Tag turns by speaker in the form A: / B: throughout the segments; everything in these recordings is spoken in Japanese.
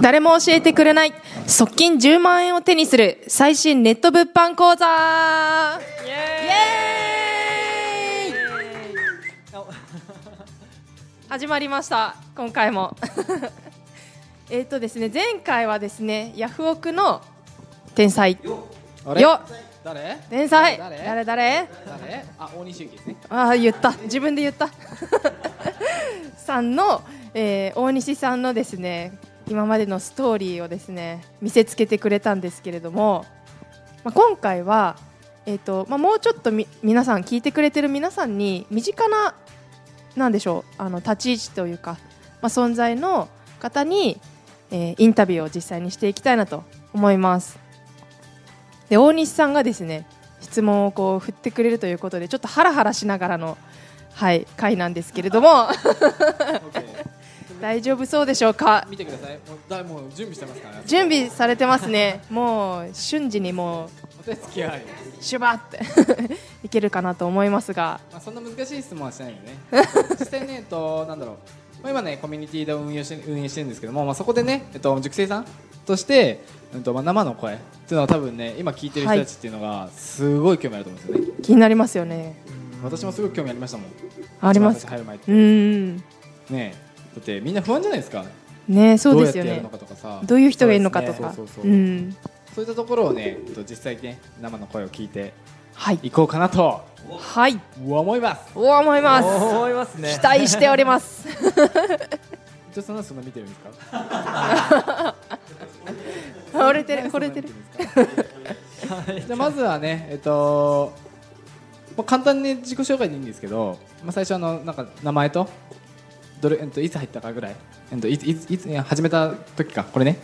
A: 誰も教えてくれない側近10万円を手にする最新ネット物販講座イエーイ始まりました今回も えっとですね前回はですねヤフオクの天才
B: あ
A: よ
B: 誰
A: 天才
B: 誰
A: 誰誰
B: 誰あ、大西ゆきです ね。
A: ああ言った自分で言ったさんの、えー大西さんのですね今までのストーリーをですね見せつけてくれたんですけれども、まあ、今回は、えーとまあ、もうちょっとみ皆さん聞いてくれてる皆さんに身近ななんでしょうあの立ち位置というか、まあ、存在の方に、えーインタビューを実際にしていきたいなと思います。で大西さんがですね質問をこう振ってくれるということでちょっとハラハラしながらの、はい、回なんですけれど も大丈夫そうでしょうか
B: 見てください。もう、だ、もう準備してますから。
A: 準備されてますねもう瞬時にもう
B: お手つき合い。
A: シュバッて いけるかなと思いますが
B: まあ、そんな難しい質問はしないよ ね。そしてね、えっと、なんだろう。まあ、今ね、コミュニティで運営して、運営してるんですけども、まあ、そこでね、えっと、熟成さんとして。うんと、まあ、生の声っていうのは、多分ね、今聞いてる人たちっていうのが、すごい興味あると思うんですよね。
A: 気になりますよね
B: 私もすごく興味ありましたもん。
A: あります
B: 一番最初入る前って
A: うーん
B: ねえ、だって、みんな不安じゃないですか。
A: ねそうです
B: ど
A: よ
B: うやってやる
A: ね
B: のかとかさ。
A: どういう人がいるのかとか
B: そうですねそうそうそう
A: うん
B: そういったところをね、えっと実際ね、生の声を聞いて
A: はい
B: いこうかなと
A: はい
B: 思います。
A: おー思います
C: 思いますね
A: 期待しております
B: じゃあ、そのそんな見てるんですか。
A: 惚れてる惚れてる
B: じゃあまずはね、えっと、まあ、簡単に自己紹介でいいんですけど、まあ、最初あのなんか名前とどれ、えっと、いつ入ったかぐらい、えっと、いついついついや始めた時かこれね、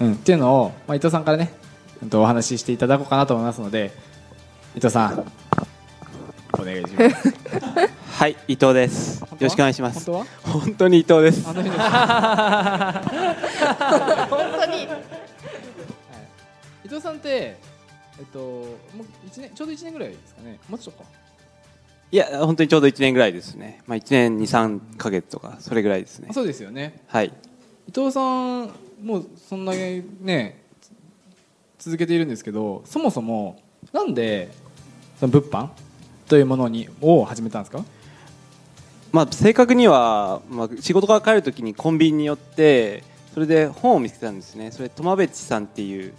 B: うん、っていうのを、まあ、伊藤さんからね、えっと、お話ししていただこうかなと思いますので伊藤さんお願いします。
C: はい伊藤です よろしくお願いします
B: 本
C: 本当に伊藤です
B: 当は？あの人
A: 本当に
B: 伊藤さんって、えっと、もう一年ちょうど1年ぐらいですかね、もうちょっとか、
C: いや本当にちょうど1年ぐらいですねまあ1年23か月とかそれぐらいですね
B: あそうですよね、
C: はい
B: 伊藤さん、もうそんなにね、つ続けているんですけど、そもそも、なんでその物販というものにを始めたんですか
C: まあ正確にはまあ仕事から帰るときにコンビニに寄ってそれで本を見つけたんですねそれトマベチさんっていう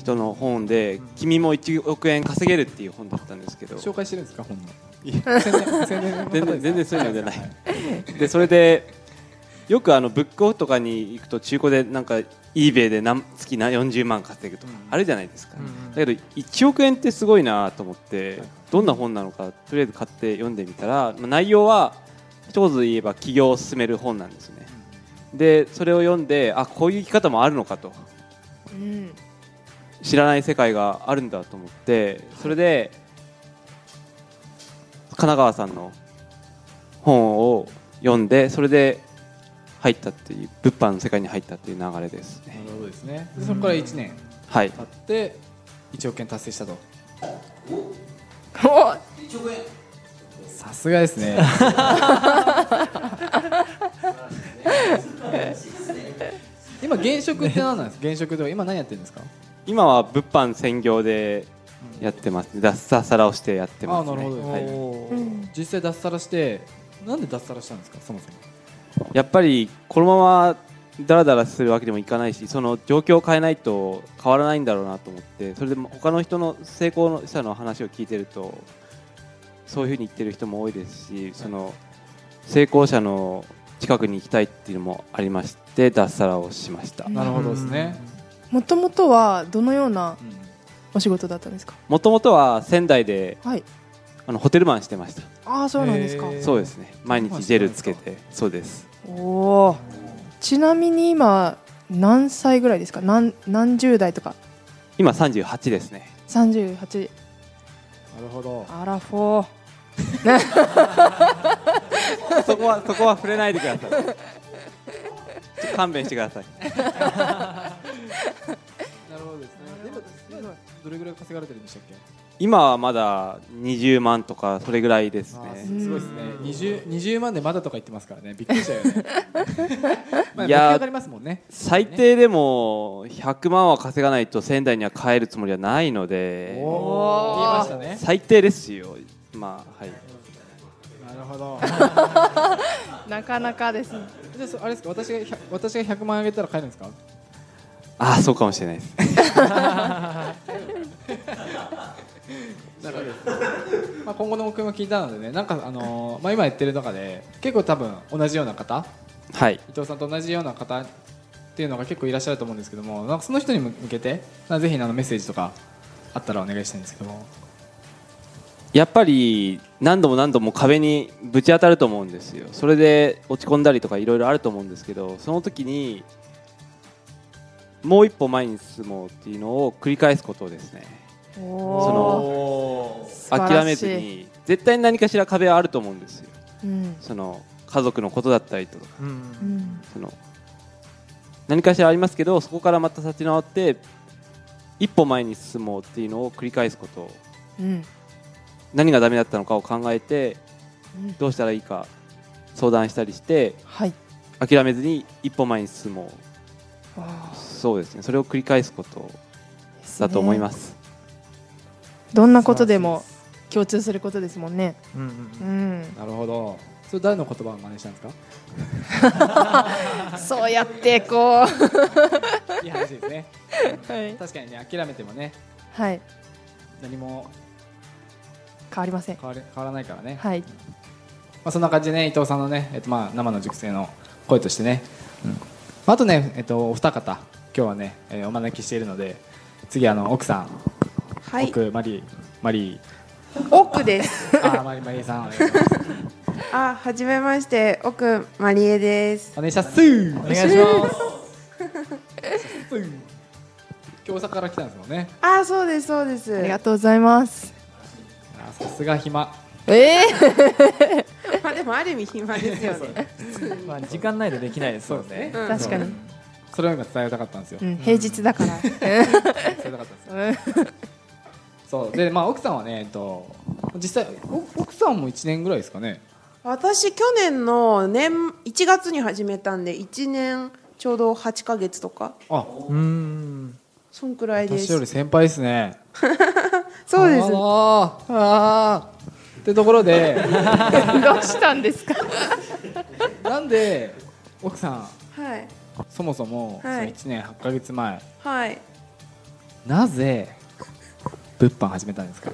C: 人の本で「君も1億円稼げる」っていう本だったんですけど
B: 紹介してるんですか、本の。
C: い
B: 宣伝宣伝の方
C: 全
B: です
C: 然全然そういうのじゃないでそれでよくあのブックオフとかに行くと中古でなんか eBay で何月な40万稼ぐとかあるじゃないですか、だけど1億円ってすごいなと思ってどんな本なのかとりあえず買って読んでみたらまあ内容は一言で言えば起業を進める本なんですねでそれを読んであこういう生き方もあるのかと
A: うん
C: 知らない世界があるんだと思ってそれで神奈川さんの本を読んでそれで入ったっていう物販の世界に入ったっていう流れです
B: な
C: ね
B: るほどですね、でそこから1年
C: はい
B: 経って、1億円達成したと。
A: お
B: さすがです ね。今現職って何なんですか。現職では今何やってるんですか。
C: 今は物販専業でやってます脱サラをしてやってます、ね、
B: あーなるほど
C: はい
A: うん
B: 実際脱サラして、なんで脱サラしたんですか。そもそも。
C: やっぱりこのままだらだらするわけにもいかないしその状況を変えないと変わらないんだろうなと思ってそれでも他の人の成功者の話を聞いてるとそういうふうに言ってる人も多いですしその成功者の近くに行きたいっていうのもありまして脱サラをしました
A: うん
B: なるほどですね。
A: もともとはどのような
B: うん
A: お仕事だったんですか
C: もともとは仙台で
A: はい
C: あのホテルマンしてました
A: ああそうなんですか
B: へー
C: そうですね毎日ジェルつけてそうです
A: おおちなみに今何歳ぐらいですか何何十代とか
C: 今38ですね
A: 38
B: なるほど。
A: アラフォー
C: そこはそこは触れないでくだ さいちょっと勘弁してください
B: なるほどですね。でも、どれぐらい稼がれてるんでしたっけ。
C: 今はまだ20万とかそれぐらいです
B: あー
C: ね
B: すすごいですね20 20万でまだとか言ってますからねびっくりしたよねまあ目標
C: いやー
B: がありますもんね
C: 最低でも100万は稼がないと仙台には帰るつもりはないので
B: おー言いましたね
C: 最低ですよまあはい
B: なるほど
A: なかなかですね
B: じゃあそあれですか私が100私が100万あげたら帰るんですか
C: ああそうかもしれないです
B: まあ、今後の目標も聞いたのでねなんか、あのーまあ、今やってる中で結構多分同じような方
C: はい
B: 伊藤さんと同じような方っていうのが結構いらっしゃると思うんですけどもなんかその人に向けてなんかぜひあのメッセージとかあったらお願いしたいんですけども
C: やっぱり何度も何度も壁にぶち当たると思うんですよそれで落ち込んだりとかいろいろあると思うんですけどその時にもう一歩前に進もうっていうのを繰り返すことですね
A: そ
C: その諦めず、に絶対に何かしら壁はあると思うんですよ
A: うん
C: その家族のことだったりとか
A: う
B: うん
A: ん、
C: その何かしらありますけどそこからまた立ち直って一歩前に進もうっていうのを繰り返すこと
A: うん
C: 何がダメだったのかを考えて
A: うん
C: どうしたらいいか相談したりして
A: はい
C: 諦めずに一歩前に進もう
A: わあ
C: そうですねそれを繰り返すこと
A: ですね
C: だと思います
A: どんなことでも共通することですもんね
B: うん
A: う
B: う
A: ん
B: ん なるほどそれ誰の言葉を真似したんですか
A: そうやってこう
B: いい話ですね
A: はい、
B: 確かにね諦めてもね
A: はい、
B: 何も
A: 変わりません
B: 変われ変わらないからね、
A: はい
B: まあ、そんな感じでね伊藤さんのね、えっと、まあ生の熟成の声としてね、うんあとね、えっと、お二方今日はね、えーお招きしているので次あの奥さん、
D: はい、
B: 奥マリーマリ
D: 奥です。
B: ーあーマリーマリーさんお願いします
D: あ、はじめまして、奥マリエです。
B: お願いしますお願いします今日大阪から来たんですもんね
D: あ、そうです、そうです。
A: ありがとうございます
B: あーさすが暇
A: ええ
D: まあ、でも、ある意味暇ですよ ね。
E: まあ、時間ないとできないですもんね。
D: うん
A: 確かに、
B: それを今伝えたかったんですよ、
A: うん、平日だから
B: 伝えたかったんですよそうでまあ奥さんはね、えっと、実際お奥さんも1年ぐらいですかね
D: 私、去年の年、1月に始めたんで、1年ちょうど8ヶ月とか。
B: あ
E: うん。
D: そんくらいで
B: 私よ
D: す
B: り。先輩ですね
D: そうです。
B: あーあーってところで
A: どうしたんですか
B: なんで奥さん
D: はい。
B: そもそも、その
D: はい
B: 1年8ヶ月前
D: はい。
B: なぜ物販始めたんですか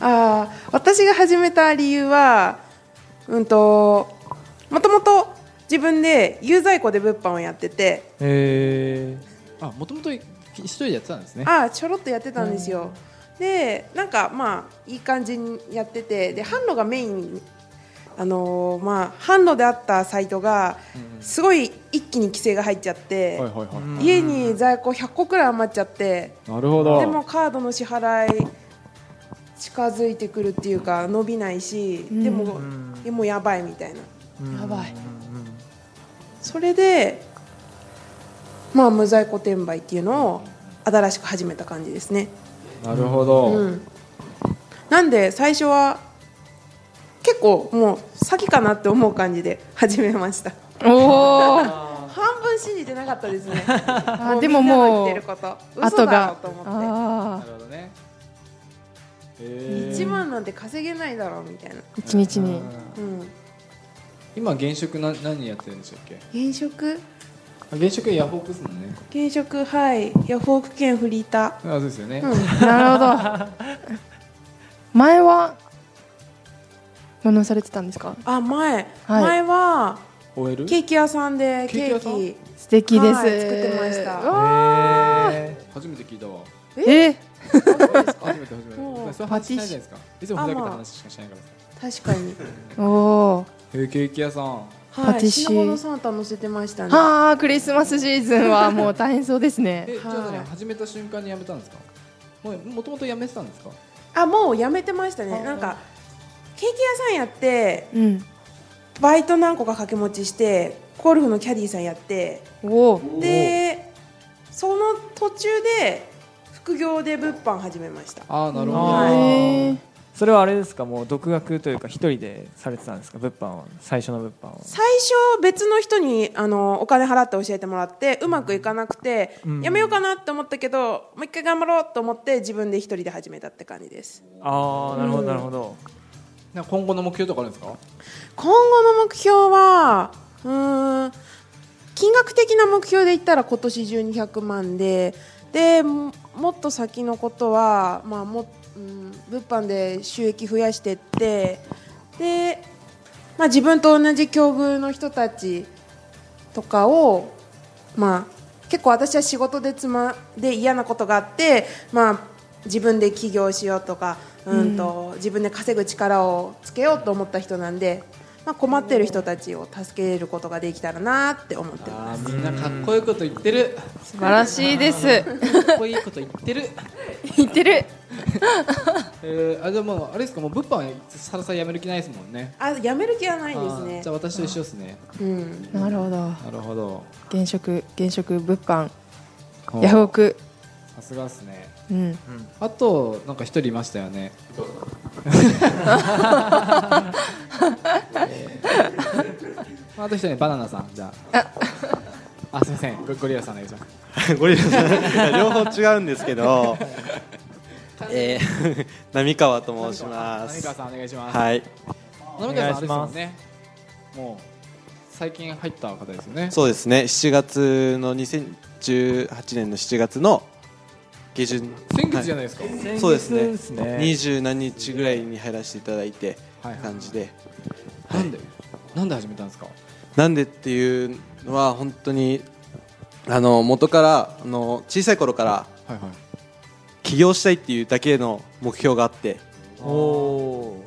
D: あー私が始めた理由は、うんと、もともと自分で有在庫で物販をやってて、
B: ええあもともと一人でやってたんですね
D: あちょろっとやってたんですよ、でなんかまあいい感じにやっててで販路がメインあのーまあ販路であったサイトがすごい一気に規制が入っちゃって、
B: はいはいは
D: 家に在庫100個くらい余っちゃって
B: いなるほど
D: でもカードの支払い近づいてくるっていうか伸びないし、
A: うん
D: でもでもやばいみたいな
A: やばい
D: それでまあ無在庫転売っていうのを新しく始めた感じですね
B: なるほど、
D: うん、なんで最初は結構もう詐欺かなって思う感じで始めました
A: おお
D: 半分信じてなかったです ね
A: あでもも
D: みんなの言って
A: う
D: ること
A: 後
D: 嘘だろ
A: が
D: うと思っ
A: あ
B: なるほどね
D: て
B: え
D: 1万なんて稼げないだろうみたいな、
A: ー一日に
D: うん、
B: 今現職な何やってるんでしたっけ
D: 現職
B: あ現職ヤフオクですもんね
D: 現職はいヤフオク券フリータ
B: あそうですよね、
D: うん
A: なるほど前は何をされてたんですか
D: あ前、
A: はい
D: 前は
B: OL?
D: ケーキ屋さんで
B: ケーキ
D: ケ
B: 屋
D: ー
B: さん
D: キ
A: 素敵です、
D: はい作ってました
A: うわ
B: 初めて聞いたわ
A: ーえ
B: 初めて初めて
D: もう
B: それ話しないじゃないですかいつもふざけた話しかしないからさ
D: 確かに、
A: おお
B: えーケーキ屋さん
D: はい、
A: パティシエ
D: シナモンサンタ載せてましたね
A: ああクリスマスシーズンはもう大変そうです
B: え
A: ね
B: じゃあね
D: はい
B: 始めた瞬間に辞めたんですかもうもともと辞めてたんですか
D: あもうやめてましたね
B: あ
D: なんかケーキ屋さんやって
A: うん
D: バイト何個か掛け持ちしてゴルフのキャディーさんやって
A: おお
D: でその途中で副副業で物販始めました
B: ああなるほ
E: あ
B: ど
E: ー
A: へー
E: それはあれですかもう独学というか一人でされてたんですか物販は最初の物販は
D: 最初別の人にあのお金払って教えてもらってうまくいかなくて、
E: うん
D: やめようかなって思ったけどもう一回頑張ろうと思って自分で一人で始めたって感じです
E: ああなるほどなるほど、
B: なんか今後の目標とかあるんですか
D: 今後の目標はうーん金額的な目標で言ったら今年中に100万ででももっと先のことは、まあもうん、物販で収益増やしていってで、まあ、自分と同じ境遇の人たちとかを、まあ、結構私は仕事でつまで嫌なことがあって、まあ、自分で起業しようとかうんと、自分で稼ぐ力をつけようと思った人なんで、まあ、困ってる人たちを助けることができたらなって思ってます。
B: あーみんなかっこいいこと言ってる
A: 素晴らしいです。
B: か っこいいこと言ってる
A: 言ってる。
B: えー、あでもあれですかもう物販さらさらやめる気ないですもんね
D: あやめる気はないです
B: あー
D: ね
B: じゃあ私と一緒ですね
D: うん、
A: なるほど。
B: なるほど
A: 現職現職物販ヤフオク。
B: さすがですね
A: うん。
B: あとなんか一人いましたよねえー あと一人ねバナナさんじゃああすいませんゴゴリラさんお願いします
F: ゴリラさん両方違うんですけど、えー、 波川と申しま
B: 浪
F: す
B: 川。さんお願いします
F: はい、
B: 浪川さんあれですよねもう最近入った方ですよね
F: そうですね。7月の2018年の7月の下旬、
B: 先月じゃないですか、
E: 先日
F: そうですね
E: ですね
F: 二十何日ぐらいに入らせていただいて
B: はいはい
F: 感じで、
B: なんでなんで始めたんですか
F: なんでっていうのは本当にあの元からあの小さい頃から
B: はいはい
F: 起業したいっていうだけの目標があって、
E: おお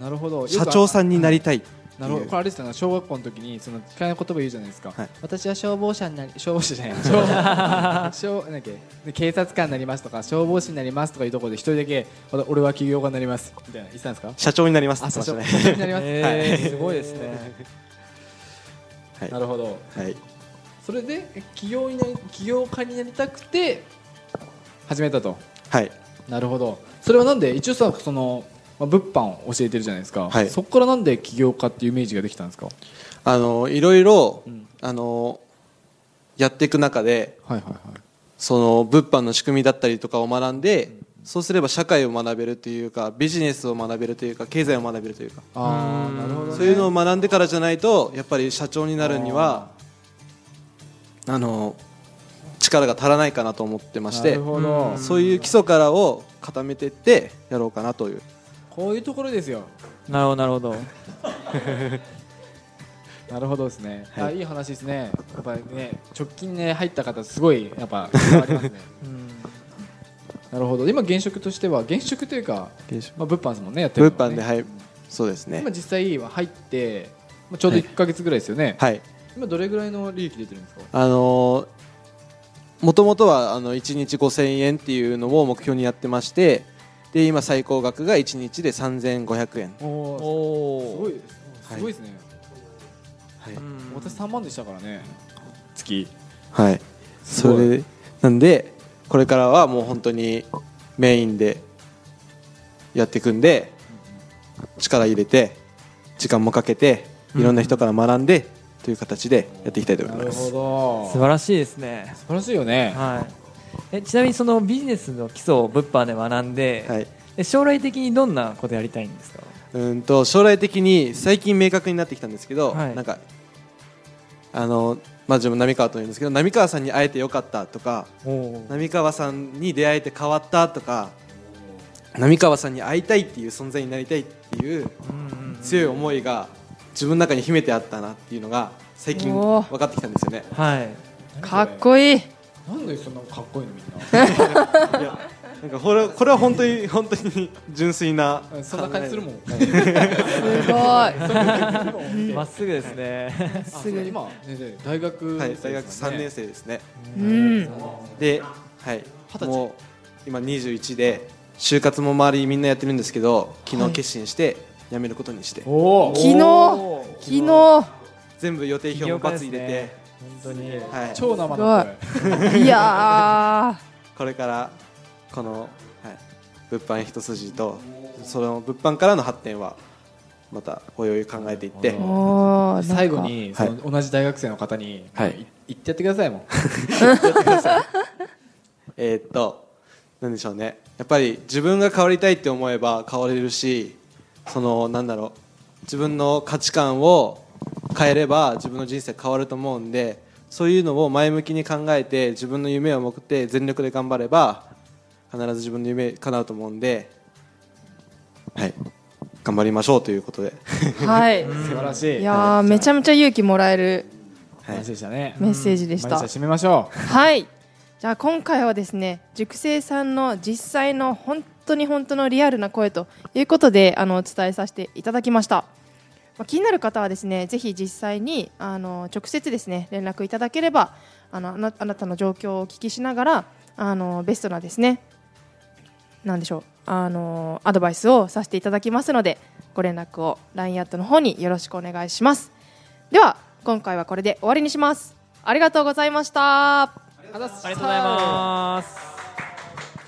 B: なるほど
F: 社長さんになりたいって
B: なるほ
F: い
B: ど
F: う
B: これあれですよね小学校の時にその嫌いな言葉言うじゃないですか、
F: はい
B: 私は消防車になり消防車じゃ ない消消なんだっけで警察官になりますとか消防士になりますとかいうところで一人だけわ俺は起業家になりますみたいな言ってたんですか
F: 社長になります
B: あ
F: って
B: 社
F: 言って
B: 長
F: ま
B: に
F: したね。
B: なります、
E: えーすごいです ね
F: はい
B: なるほど
F: はい、
B: それでえ起業になり起業家になりたくて始めたと
F: はい、
B: なるほどそれはなんで一応さその、まあ、物販を教えてるじゃないですか、
F: はい
B: そこからなんで起業家っていうイメージができたんですか
F: あのいろいろ、
B: ん
F: あのやっていく中で
B: はいはいはい
F: その物販の仕組みだったりとかを学んで、そうすれば社会を学べるというかビジネスを学べるというか経済を学べるというか
B: ああなるほど、ね、
F: そういうのを学んでからじゃないとやっぱり社長になるにはあの力が足らないかなと思ってまし
B: な
F: て
B: るほど、
F: そういう基礎からを固めていってやろうかなという
B: こういうところですよ
E: なるほどなるほど
B: なるほどですね、、
F: はい
B: あいい話ですねやっぱりね直近ね入った方すごいやっ ぱ変わりますねなるほど今現職としては現職というか、まあ、物販ですもんねやって
F: 物
B: るのは
F: 販
B: ね、
F: ではいそうですね
B: 今実際は入って、まあ、ちょうど1か月ぐらいですよね、
F: はい
B: 今どれぐらいの利益出てるんですか
F: あのもともとはあの1日5000円っていうのを目標にやってましてで今最高額が1日で3500円
B: おお
E: お
B: すご
E: ー
B: いです
F: はい
B: すごいですね、
E: うん
B: 私3万でしたからね
F: 月はい
B: すご
F: そ
B: い
F: れなんでこれからはもう本当にメインでやっていくんで力入れて時間もかけていろんな人から学んでという形でやっていきたいと思
B: ないる
F: ま
B: ほ
F: す
B: ど
E: 素
B: 素
E: 晴らしいですね
B: 晴らしいよね
E: はいえちなみにそのビジネスの基礎を物販で学んで、
F: はい
E: で将来的にどんなことやりたいんですか
F: うんと将来的に最近明確になってきたんですけど、
E: はい
F: なんかあのまあ自分波川と言うんですけど波川さんに会えてよかったとか
E: おお
F: 波川さんに出会えて変わったとか波川さんに会いたいっていう存在になりたいっていう強い思いが自分の中に秘めてあったなっていうのが最近
A: おー
F: 分かってきたんですよね
E: はい
A: かっこいい。
B: なんでそんなかっこいいのみんない
F: やなんかこれこれは本当に本当に純粋な
B: うんそんな感じするもん。
A: すごい。
E: まっすぐですね
B: すぐ今ねね大学
F: はい、大学3年
B: 生
F: 生ですね
A: うん。
F: で、はい、
B: 歳
F: もう今21で就活も周りみんなやってるんですけど昨
A: はい
F: 日決心して辞めることにして、
B: おお
A: 昨日
E: おー
A: 昨日本
F: 全部予定表もバツ入れて、
E: 起業家です本当に
F: はい、
B: 超生だこれ
A: いや
F: これからこの、はい、物販一筋とその物販からの発展はまたおいおい考えていって
B: お
A: おー
B: 最後にそ
F: はい
B: の同じ大学生の方に、
F: はい
B: い言ってやってくださいもん
F: えーっとなんでしょうねやっぱり自分が変わりたいって思えば変われるしそのなんだろう自分の価値観を変えれば自分の人生変わると思うんでそういうのを前向きに考えて自分の夢を持って全力で頑張れば必ず自分の夢叶うと思うんではい頑張りましょうということで、
A: はい
B: 素晴らしい
A: いやーめちゃめちゃ勇気もらえる
F: はい
B: 話でしたね
A: メッセージでした、
B: まあじゃあ締めましょ
A: はい。じゃあ今回はですね、塾生さんの実際の本当に本当のリアルな声ということであのお伝えさせていただきました。まあ、気になる方はですね、ぜひ実際にあの直接ですね連絡いただければあのあなあなたの状況をお聞きしながらあのベストなですね、なんでしょうあのアドバイスをさせていただきますのでご連絡を LINE アットの方によろしくお願いします。では今回はこれで終わりにします。ありがとうございました。
E: ありがとうございます。